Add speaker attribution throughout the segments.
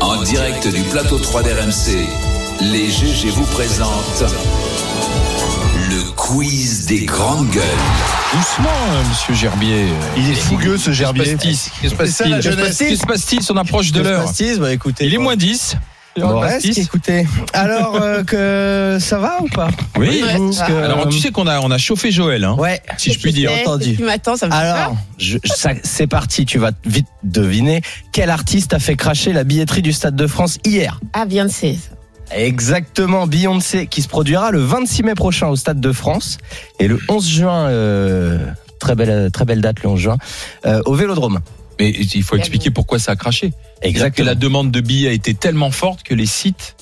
Speaker 1: En direct du plateau 3 d'RMC, les GG vous présentent le quiz des grandes gueules.
Speaker 2: Doucement, euh, monsieur Gerbier.
Speaker 3: Il est fougueux ce Gerbier.
Speaker 2: Qu'est-ce qui se
Speaker 3: C'est ça,
Speaker 2: passe-t-il
Speaker 3: la
Speaker 2: Qu'est-ce qui se
Speaker 3: jeunesse.
Speaker 2: passe-t-il Qu'est-ce qui se passe-t-il On approche de
Speaker 3: Que se
Speaker 2: l'heure.
Speaker 3: passe-t-il Bah écoutez.
Speaker 2: Il est moins hein, 10. Il est
Speaker 3: Bon,
Speaker 2: moins
Speaker 3: reste,
Speaker 2: 10.
Speaker 3: écoutez. Alors, euh, que ça va ou pas
Speaker 2: Oui.
Speaker 3: vous, parce que-
Speaker 2: Alors tu sais qu'on a, on a chauffé Joël, hein,
Speaker 3: Euh, Ouais.
Speaker 2: si je puis dire.
Speaker 3: entendu.
Speaker 4: Tu m'attends, ça me fait peur.
Speaker 3: Alors, je- je- ça- c'est parti, tu vas vite deviner. Quel artiste a fait cracher la billetterie du Stade de France hier
Speaker 4: Ah, bien de c'est.
Speaker 3: Exactement, Beyoncé, qui se produira le 26 mai prochain au Stade de France et le 11 juin, euh, très, belle, très belle date le 11 juin, euh, au Vélodrome.
Speaker 2: Mais il faut expliquer pourquoi ça a craché. C'est-à-dire que la demande de billets a été tellement forte que les sites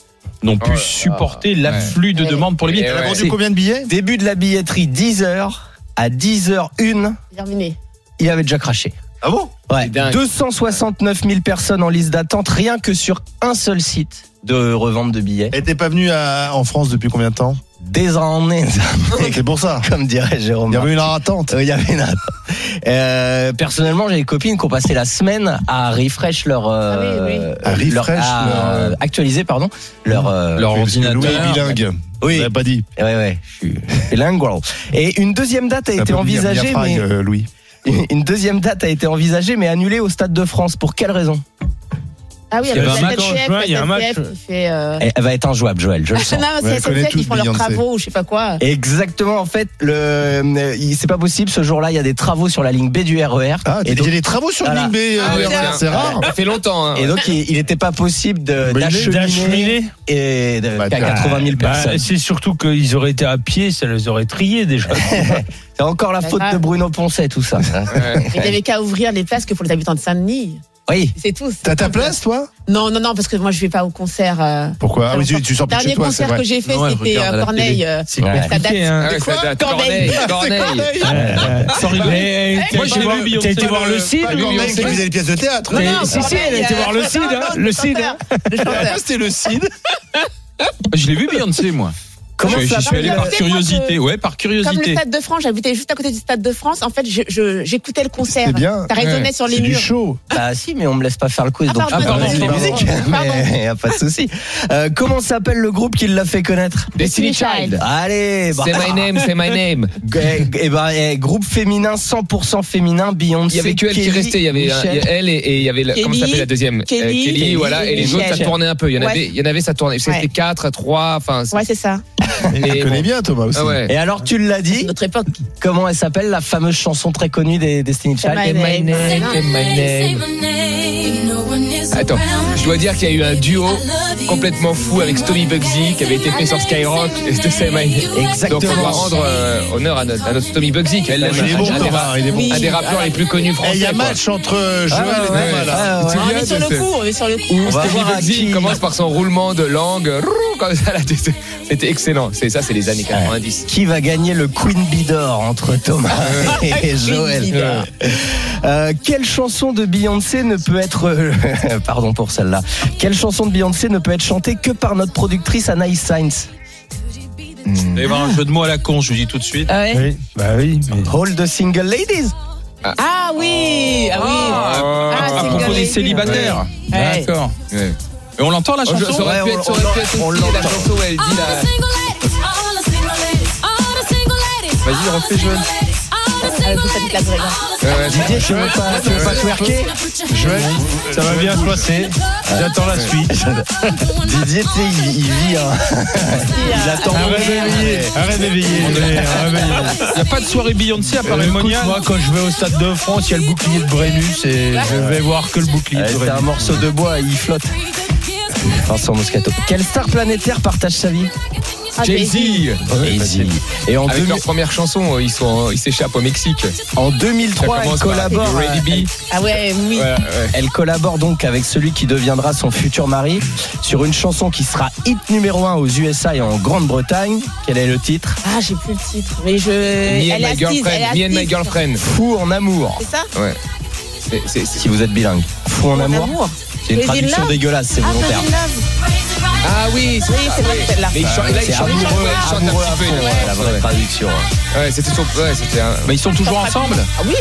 Speaker 2: n'ont pu supporter l'afflux de
Speaker 4: Ouais.
Speaker 2: demandes pour les billets.
Speaker 5: Elle a vendu
Speaker 2: C'est-
Speaker 5: combien de billets
Speaker 3: Début de la billetterie 10h à 10h01,
Speaker 4: Terminé.
Speaker 3: il avait déjà craché.
Speaker 5: Ah bon
Speaker 3: Ouais,
Speaker 5: C'est dingue.
Speaker 3: 269 000 personnes en liste d'attente, rien que sur un seul site de revente de billets.
Speaker 5: Elle était pas venue à- en France depuis combien de temps
Speaker 3: Des en est,
Speaker 5: Ah, C'est pour ça.
Speaker 3: comme dirait Jérôme.
Speaker 5: Il y avait une attente.
Speaker 3: Euh, il y avait une attente. Euh, personnellement, j'ai des copines qui ont passé la semaine à refresh leur, euh,
Speaker 4: Ah oui, oui.
Speaker 5: À refresh
Speaker 3: leur- à,
Speaker 5: leur-
Speaker 3: euh, actualiser pardon leur euh,
Speaker 2: Leur
Speaker 5: Oui, parce que Louis est
Speaker 2: ordinateur.
Speaker 5: bilingue.
Speaker 3: oui
Speaker 5: On l'a pas dit.
Speaker 3: ouais ouais je suis bilingue, gros. et une deuxième date a
Speaker 5: T'as
Speaker 3: été
Speaker 5: pas mis la
Speaker 3: envisagée mais
Speaker 5: diaphragme, euh, Louis.
Speaker 3: une deuxième date a été envisagée mais annulée au stade de France pour quelle raison
Speaker 4: Ah oui,
Speaker 2: Il y
Speaker 4: alors,
Speaker 2: avait un match en
Speaker 4: SNCF,
Speaker 2: juin, il y a un
Speaker 4: SNCF, qui fait. euh,
Speaker 3: elle, elle va être injouable Joël je le sens
Speaker 4: non,
Speaker 5: Ouais,
Speaker 4: c'est
Speaker 5: elle connaît
Speaker 4: SNCF qui
Speaker 5: tous
Speaker 4: font leurs
Speaker 5: Beyoncé.
Speaker 4: travaux ou je sais pas quoi.
Speaker 3: Exactement, en fait, le, euh, il- c'est pas possible. Ce jour-là, il y a des travaux sur la ligne B du RER.
Speaker 5: Ah,
Speaker 3: et,
Speaker 5: il y
Speaker 3: donc,
Speaker 5: a des travaux sur
Speaker 3: Voilà.
Speaker 5: l'île B. euh,
Speaker 4: Ah,
Speaker 5: Léon,
Speaker 4: ouais,
Speaker 5: C'est rare.
Speaker 6: Ça fait longtemps. Hein.
Speaker 3: et donc, il n'était pas possible de,
Speaker 5: Bonne idée.
Speaker 3: d'acheminer et de-
Speaker 5: Bah,
Speaker 3: qu'à 80 000
Speaker 7: Bah,
Speaker 3: personnes.
Speaker 7: c'est surtout qu'ils auraient été à pied, ça les aurait triés déjà.
Speaker 3: c'est encore la
Speaker 4: Bah,
Speaker 3: faute
Speaker 4: grave.
Speaker 3: de Bruno Poncet, tout ça.
Speaker 6: Ouais.
Speaker 4: Il n'y avait qu'à ouvrir les places que pour les habitants de Saint-Denis.
Speaker 3: oui.
Speaker 4: C'est tout.
Speaker 5: T'as ta place, toi
Speaker 4: Non, non, non, parce que moi, je vais pas au concert. euh,
Speaker 5: Pourquoi Ah oui,
Speaker 4: Alors,
Speaker 5: tu, tu sors plus de
Speaker 4: Dernier
Speaker 5: chez toi, c'est
Speaker 4: concert
Speaker 5: vrai.
Speaker 4: que j'ai fait,
Speaker 2: Non, elle
Speaker 4: c'était
Speaker 2: regarde
Speaker 4: euh,
Speaker 2: à la
Speaker 4: Corneille. euh,
Speaker 7: C'est
Speaker 3: Ouais.
Speaker 4: Ça date.
Speaker 7: compliqué, hein.
Speaker 6: Ah ouais, ça date.
Speaker 4: Corneille.
Speaker 6: Corneille. Corneille.
Speaker 2: Sans rigoler.
Speaker 7: Mais, eh,
Speaker 2: Moi,
Speaker 7: t'as
Speaker 2: j'ai
Speaker 7: été
Speaker 2: vu
Speaker 7: voir-
Speaker 2: Beyoncé.
Speaker 7: T'as été voir le
Speaker 2: Pas
Speaker 7: CID
Speaker 5: Pas
Speaker 7: ou-
Speaker 5: le mec qui faisait les pièces de théâtre.
Speaker 7: Mais
Speaker 4: Non,
Speaker 7: si, si,
Speaker 4: Corneille,
Speaker 7: elle a été
Speaker 4: euh,
Speaker 7: voir le CID, hein. Le CID, hein.
Speaker 4: Le chanteur.
Speaker 5: C'était le CID.
Speaker 2: Je l'ai vu Beyoncé moi.
Speaker 3: Comment
Speaker 2: je,
Speaker 3: ça
Speaker 2: je suis allé
Speaker 4: s'appelle
Speaker 2: par
Speaker 4: C'est moi
Speaker 2: curiosité. Ouais, par
Speaker 4: Comme le
Speaker 2: curiosité.
Speaker 4: Stade de France, j'habitais juste à côté du Stade de France. En fait, je- je- j'écoutais le concert.
Speaker 5: C'est bien.
Speaker 4: Ça résonnait sur les
Speaker 5: C'est du
Speaker 4: murs.
Speaker 5: show.
Speaker 3: Bah si, mais on me laisse pas faire le quiz,
Speaker 4: Ah,
Speaker 3: donc
Speaker 4: pardon,
Speaker 3: je peux
Speaker 2: pardon,
Speaker 3: mettre les
Speaker 2: pardon,
Speaker 3: musiques.
Speaker 4: pardon.
Speaker 3: Mais y a pas de souci. Euh, comment s'appelle le groupe qui l'a fait connaître
Speaker 6: Destiny Child.
Speaker 3: Allez, bah,
Speaker 6: C'est my name, c'est my name.
Speaker 3: eh ben, eh, groupe féminin, 100% féminin, Beyoncé.
Speaker 6: Il y avait que elle qui
Speaker 3: Kelly,
Speaker 6: restait. Il y avait, hein,
Speaker 3: Michel.
Speaker 6: il y a elle et, et il y avait la, comment
Speaker 4: Kelly,
Speaker 6: s'appelle la deuxième
Speaker 4: Kelly,
Speaker 6: Euh,
Speaker 4: Kelly,
Speaker 6: voilà. Et les autres, ça
Speaker 4: Michel.
Speaker 6: tournait un peu. Il y en
Speaker 4: Ouais.
Speaker 6: avait, il y en avait, ça tournait.
Speaker 4: Ouais.
Speaker 6: C'était quatre, trois. Enfin,
Speaker 4: Ouais, c'est ça.
Speaker 5: Tu
Speaker 6: et
Speaker 5: connais
Speaker 6: bon.
Speaker 5: bien, Thomas aussi.
Speaker 6: Ah ouais.
Speaker 3: Et alors, tu l'as
Speaker 4: C'est
Speaker 3: dit,
Speaker 4: notre époque.
Speaker 3: comment elle s'appelle, la fameuse chanson très connue des Destiny Child
Speaker 4: My
Speaker 6: My
Speaker 4: Name.
Speaker 6: name, c'est my name. Attends,
Speaker 8: Attends,
Speaker 6: je dois dire qu'il y a eu un duo complètement fou avec Stony Bugsy qui avait été fait sur Skyrock et c'était C'est My Name.
Speaker 3: Exactement.
Speaker 6: Donc on doit rendre euh, honneur à notre, à notre Stony Bugsy qui est l'un
Speaker 5: Il est
Speaker 6: des-
Speaker 5: bon,
Speaker 6: un des ra-
Speaker 5: Thomas. Il est bon.
Speaker 6: un des rappeurs les plus connus
Speaker 5: Eh,
Speaker 6: français.
Speaker 5: Il y a
Speaker 6: quoi.
Speaker 5: match entre euh,
Speaker 3: Ah,
Speaker 5: Joël et
Speaker 3: ouais,
Speaker 5: Thomas, là.
Speaker 3: ouais, ouais.
Speaker 4: On est sur le coup, on est sur le coup.
Speaker 3: On va voir à
Speaker 6: Bugsy
Speaker 3: qui-
Speaker 6: commence par son roulement de langue. Roux, comme ça, là, tu sais. C'était excellent. C'est ça, c'est les années 90.
Speaker 3: Qui va gagner le Queen Bee d'or entre Thomas et Joël
Speaker 6: Bidor.
Speaker 3: Euh, Quelle chanson de Beyoncé ne peut être pardon pour celle-là Quelle chanson de Beyoncé ne peut être chantée que par notre productrice Anaïs Sainz
Speaker 2: Il va y avoir un jeu de mots à la con, je vous dis tout de suite.
Speaker 4: Ah, ouais.
Speaker 7: Oui, bah oui. mais-
Speaker 3: Hold the single ladies.
Speaker 4: Ah oui, ah
Speaker 2: à
Speaker 4: oui. Ah, c'est
Speaker 2: propos
Speaker 4: galère.
Speaker 2: des célibataires.
Speaker 4: Ouais.
Speaker 2: D'accord.
Speaker 6: Ouais.
Speaker 2: Et on l'entend la
Speaker 6: Oh, je-
Speaker 2: chanson Ah,
Speaker 6: ça aurait pu
Speaker 3: Ouais,
Speaker 6: être,
Speaker 3: on-
Speaker 6: ça aurait
Speaker 3: on-
Speaker 6: pu être
Speaker 3: on
Speaker 6: aussi la
Speaker 3: l'entend.
Speaker 6: chanson où elle dit la.
Speaker 8: Vas-y, refais Joël.
Speaker 4: Euh, vous faites la vraie, hein.
Speaker 6: Ouais, ouais,
Speaker 3: Didier, tu veux pas, tu veux pas twerker
Speaker 5: Joël,
Speaker 7: Ça va bien se passer.
Speaker 2: Ah,
Speaker 7: J'attends la suite.
Speaker 3: Didier, tu sais, il, il vit. hein.
Speaker 4: Ah,
Speaker 3: Ah il attend.
Speaker 7: Un rêve éveillé. Un rêve éveillé. ouais, un rêve éveillé.
Speaker 2: Il n'y a pas de soirée
Speaker 3: Ah,
Speaker 2: Beyoncé à
Speaker 7: Euh,
Speaker 2: Paris
Speaker 7: écoute,
Speaker 2: Monial.
Speaker 7: moi, quand je vais au stade de France, il y a le bouclier de Brennus et je vais voir que le bouclier
Speaker 3: Ouais,
Speaker 9: Eh,
Speaker 7: de
Speaker 3: C'est un
Speaker 7: Brennus.
Speaker 3: morceau de bois, il flotte. Vincent Moscato. Quelle star planétaire partage sa vie
Speaker 4: Ah, Jay-Z.
Speaker 6: Jay-Z.
Speaker 3: Easy. Et en,
Speaker 6: Avec
Speaker 3: deux-
Speaker 6: leur première
Speaker 2: euh,
Speaker 6: chanson, ils sont, ils s'échappent au Mexique.
Speaker 3: en
Speaker 6: Ça
Speaker 3: 2003, elle
Speaker 6: commence par
Speaker 3: collabore.
Speaker 6: You Ready Bee.
Speaker 4: Ah ouais, oui.
Speaker 6: Voilà, ouais.
Speaker 3: Elle collabore donc avec celui qui deviendra son futur mari sur une chanson qui sera hit numéro 1 aux USA et en Grande-Bretagne. Quel est le titre
Speaker 4: Ah, j'ai plus le titre, mais je.
Speaker 6: Me and
Speaker 4: elle est assise,
Speaker 6: my
Speaker 4: elle est
Speaker 6: girlfriend. Me and my
Speaker 4: assise.
Speaker 6: girlfriend.
Speaker 3: Fou en amour.
Speaker 4: C'est ça
Speaker 6: Ouais. C'est- c'est- c'est-
Speaker 3: Si vous êtes bilingue. Fou en
Speaker 4: Mon
Speaker 3: amour.
Speaker 4: amour.
Speaker 3: C'est une
Speaker 4: Crazy
Speaker 3: traduction
Speaker 4: Love.
Speaker 3: dégueulasse, c'est
Speaker 4: Ah,
Speaker 3: volontaire.
Speaker 4: Crazy Love.
Speaker 7: Ah oui, c'est
Speaker 4: Oui, c'est vrai que celle-là.
Speaker 7: Mais il chante, là, il
Speaker 3: C'est
Speaker 7: chante, il chante,
Speaker 3: amoureux,
Speaker 7: il chante
Speaker 3: amoureux
Speaker 7: un
Speaker 3: à
Speaker 7: petit peu.
Speaker 3: fond, ouais, la vraie
Speaker 7: Ouais,
Speaker 3: traduction. hein.
Speaker 7: Ouais, c'était son. Ouais, c'était un.
Speaker 2: Mais ils sont toujours ensemble
Speaker 4: Ah oui.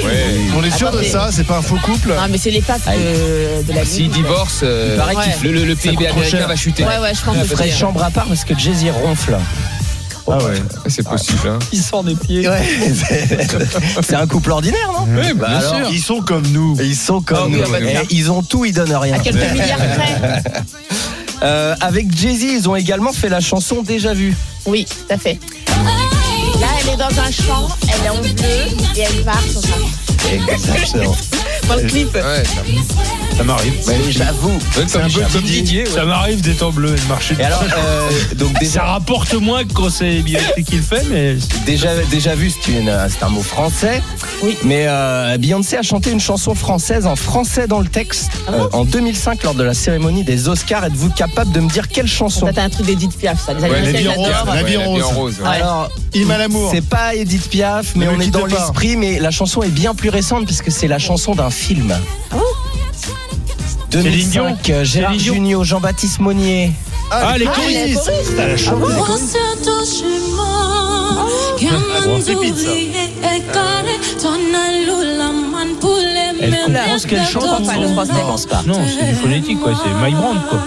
Speaker 5: On est sûr de
Speaker 4: Attendez. Ah,
Speaker 5: ça, c'est pas un faux couple.
Speaker 4: Non, mais c'est les papes
Speaker 3: Allez.
Speaker 4: de, de la
Speaker 7: S'il
Speaker 4: musique.
Speaker 7: divorce, euh,
Speaker 3: Il paraît
Speaker 4: qu'il
Speaker 7: le, le, le PIB
Speaker 3: coûte trop
Speaker 7: américain
Speaker 3: cher.
Speaker 7: va chuter.
Speaker 4: Ouais, ouais, je pense
Speaker 7: Ah,
Speaker 4: que
Speaker 3: Ferait
Speaker 4: c'est-
Speaker 3: chambre à part parce que Jay-Z ronfle.
Speaker 7: Ah ouais, c'est possible. Hein.
Speaker 2: Ils sortent des pieds.
Speaker 3: Ouais, c'est- c'est un couple ordinaire, non
Speaker 7: Mhm.
Speaker 2: Oui, bah
Speaker 3: Bah
Speaker 2: bien
Speaker 3: alors.
Speaker 2: sûr.
Speaker 5: Ils sont comme nous.
Speaker 3: Ils sont
Speaker 7: Ah,
Speaker 3: comme
Speaker 7: oui,
Speaker 3: nous.
Speaker 7: on va dire.
Speaker 3: Eh, Ils ont tout, ils donnent rien.
Speaker 4: à quelques milliards près.
Speaker 3: Euh, avec Jay-Z, ils ont également fait la chanson Déjà Vu.
Speaker 4: Oui, tout à fait. Là, elle est dans un champ, elle est en deux et elle part sur ça.
Speaker 3: Exactement.
Speaker 4: Dans le clip.
Speaker 7: Ouais, ça-
Speaker 5: Ça m'arrive.
Speaker 3: J'avoue.
Speaker 7: Bah ouais, comme,
Speaker 3: peu
Speaker 7: comme Didier. ouais.
Speaker 9: Ça m'arrive d'être en bleu et de marcher.
Speaker 3: Et alors, euh, donc
Speaker 9: Ça
Speaker 3: déjà,
Speaker 9: rapporte moins que quand c'est Beyoncé qui le fait, mais
Speaker 3: déjà, déjà vu, c'est une, euh, c'est un mot français.
Speaker 4: Oui.
Speaker 3: Mais euh, Beyoncé a chanté une chanson française en français dans le texte euh, en 2005 lors de la cérémonie des Oscars. Êtes-vous capable de me dire quelle chanson
Speaker 4: Ça, t'as un truc d'Edith Piaf, ça. Les
Speaker 7: Ouais,
Speaker 4: Américains,
Speaker 5: la vie
Speaker 4: ils
Speaker 5: en rose.
Speaker 4: adorent.
Speaker 5: La vie en
Speaker 7: Ouais,
Speaker 5: rose.
Speaker 4: Ouais.
Speaker 3: Alors,
Speaker 5: Il m'a l'amour.
Speaker 3: c'est pas Edith Piaf, mais
Speaker 5: Ne
Speaker 3: on
Speaker 5: me
Speaker 3: est
Speaker 5: quitte
Speaker 3: dans
Speaker 5: pas.
Speaker 3: l'esprit. Mais la chanson est bien plus récente puisque c'est la chanson d'un film.
Speaker 9: Céline Dion
Speaker 3: 2005, euh, Gérard
Speaker 9: Céline Dion
Speaker 3: Junior, Jean-Baptiste Monnier.
Speaker 9: Ah, les choristes.
Speaker 4: les choristes.
Speaker 2: Ah,
Speaker 9: Elle comprend ce qu'elle chante,
Speaker 4: enfin, le français.
Speaker 3: Je pense pas.
Speaker 9: non, c'est du phonétique quoi, c'est My Brand quoi.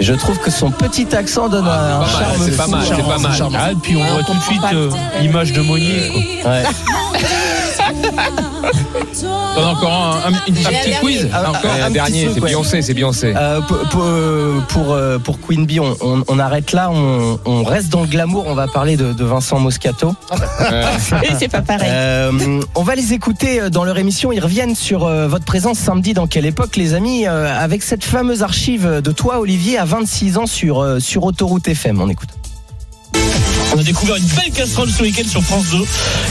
Speaker 3: Je trouve que son petit accent donne un
Speaker 7: c'est pas mal, Ah, c'est pas mal,
Speaker 3: charme. fou.
Speaker 7: c'est pas mal.
Speaker 3: Charme.
Speaker 9: Ah, et puis on voit tout de suite euh, l'image de Monnier quoi.
Speaker 3: Ouais.
Speaker 2: T'en as encore un, un, un petit quiz
Speaker 3: Ah,
Speaker 7: Encore
Speaker 3: un
Speaker 7: un,
Speaker 3: petit
Speaker 7: dernier,
Speaker 3: truc,
Speaker 7: c'est
Speaker 3: ouais.
Speaker 7: Beyoncé, c'est Beyoncé.
Speaker 3: Euh, pour, pour, euh, pour, euh, pour Queen Bee, on, on- on arrête là, on, on reste dans le glamour, on va parler de, de Vincent Moscato.
Speaker 4: Oui, c'est pas pareil.
Speaker 3: Euh, on va les écouter euh, dans leur émission, ils reviennent sur euh, votre présence samedi dans quelle époque les amis, euh, avec cette fameuse archive de toi Olivier à 26 ans sur, euh, sur Autoroute FM, on écoute.
Speaker 9: On a découvert une belle casserole ce week-end sur France 2,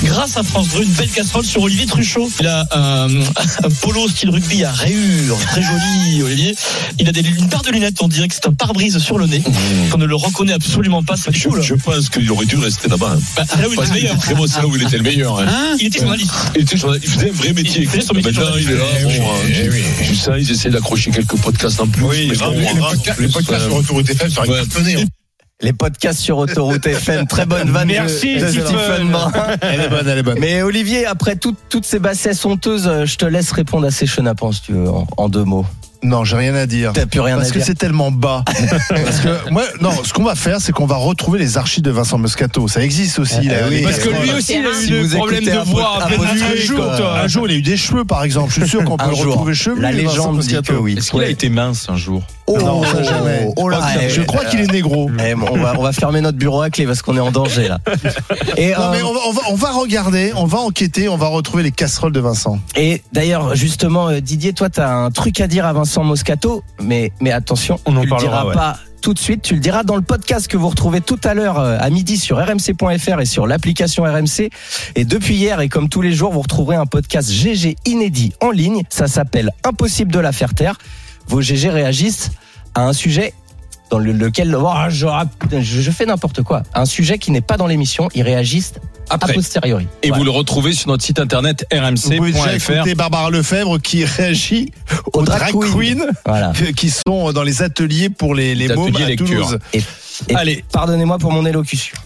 Speaker 9: grâce à France 2, une belle casserole sur Olivier Truchot. Il a euh, un polo style rugby à rayures, très joli Olivier. Il a des, une paire de lunettes, on dirait que c'est un pare-brise sur le nez,
Speaker 7: Mmh.
Speaker 9: qu'on ne le reconnaît absolument pas, c'est chaud là.
Speaker 10: Je pense qu'il aurait dû rester là-bas. hein.
Speaker 9: Bah, là où il est le meilleur.
Speaker 10: Très bon, c'est là où
Speaker 9: ah.
Speaker 10: il était le meilleur. hein.
Speaker 9: Il était journaliste.
Speaker 10: Il, était journal- il faisait un vrai métier.
Speaker 9: Il faisait son métier Eh de
Speaker 10: Maintenant, il est là.
Speaker 9: journaliste.
Speaker 10: Bon, hein, tu- tu sais, ils essaient d'accrocher quelques podcasts en plus.
Speaker 9: Oui,
Speaker 10: Mais
Speaker 9: vraiment,
Speaker 10: bon,
Speaker 9: vraiment,
Speaker 10: hein,
Speaker 9: podcast-
Speaker 10: en plus, euh,
Speaker 5: retour au TFM, ça
Speaker 10: ouais.
Speaker 5: hein.
Speaker 3: Les podcasts sur Autoroute FM, très bonne vanne de-
Speaker 9: Merci,
Speaker 3: de
Speaker 9: Stephen.
Speaker 3: Stephen Brun.
Speaker 5: Elle est bonne, elle est bonne.
Speaker 3: Mais Olivier, après toutes- toutes ces bassesses honteuses, euh, je te laisse répondre à ces chenapans, si tu veux, en, en deux mots.
Speaker 5: Non, j'ai rien à dire.
Speaker 3: T'as plus rien
Speaker 5: Parce
Speaker 3: à
Speaker 5: que
Speaker 3: dire.
Speaker 5: c'est tellement bas. Parce que moi, non, ce qu'on va faire, c'est qu'on va retrouver les archives de Vincent Moscato. Ça existe aussi.
Speaker 3: Ah,
Speaker 5: là,
Speaker 3: oui.
Speaker 5: les
Speaker 3: Parce que
Speaker 5: casseroles.
Speaker 4: lui aussi, il a eu
Speaker 3: Si le vous problème écoutez de un voix pod- après un
Speaker 5: Un
Speaker 3: podcast,
Speaker 5: jour,
Speaker 3: quoi.
Speaker 2: euh,
Speaker 5: un jour, il a eu des cheveux, par exemple. Je suis sûr qu'on peut
Speaker 3: Un
Speaker 5: le
Speaker 3: jour.
Speaker 5: retrouver cheveux.
Speaker 3: La légende dit que oui.
Speaker 2: Est-ce qu'il a été mince un jour
Speaker 3: Oh,
Speaker 5: Non, ça, jamais.
Speaker 3: oh là, eh,
Speaker 5: je crois qu'il est négro.
Speaker 3: eh, bon, on, va, on va fermer notre bureau à clé parce qu'on est en danger là. Et,
Speaker 5: Non, mais
Speaker 3: euh,
Speaker 5: on va, on va- on va regarder, on va enquêter, on va retrouver les casseroles de Vincent.
Speaker 3: et d'ailleurs, justement, euh, Didier, toi, t'as un truc à dire à Vincent Moscato, mais, mais attention,
Speaker 9: On en
Speaker 3: tu le
Speaker 9: parlera,
Speaker 3: diras
Speaker 9: ouais.
Speaker 3: pas tout de suite, tu le diras dans le podcast que vous retrouvez tout à l'heure euh, à midi sur rmc.fr et sur l'application RMC. Et depuis hier, et comme tous les jours, vous retrouverez un podcast GG inédit en ligne. Ça s'appelle Impossible de la faire taire. Vos GG réagissent à un sujet dans le- lequel oh, je, je- je fais n'importe quoi. Un sujet qui n'est pas dans l'émission, ils réagissent a
Speaker 2: Après.
Speaker 3: posteriori.
Speaker 2: Et
Speaker 3: Voilà.
Speaker 2: vous le retrouvez sur notre site internet
Speaker 5: Vous pouvez déjà
Speaker 2: rmc.fr.
Speaker 5: écouter Barbara Lefebvre qui réagit
Speaker 3: Au
Speaker 5: aux
Speaker 3: drag
Speaker 5: drag
Speaker 3: queen.
Speaker 5: queens
Speaker 3: Voilà.
Speaker 5: que- qui sont dans les ateliers pour les, les
Speaker 2: Les
Speaker 5: mômes
Speaker 2: ateliers
Speaker 5: à
Speaker 2: lecture.
Speaker 5: Toulouse.
Speaker 3: Et
Speaker 2: Allez.
Speaker 3: pardonnez-moi pour mon élocution.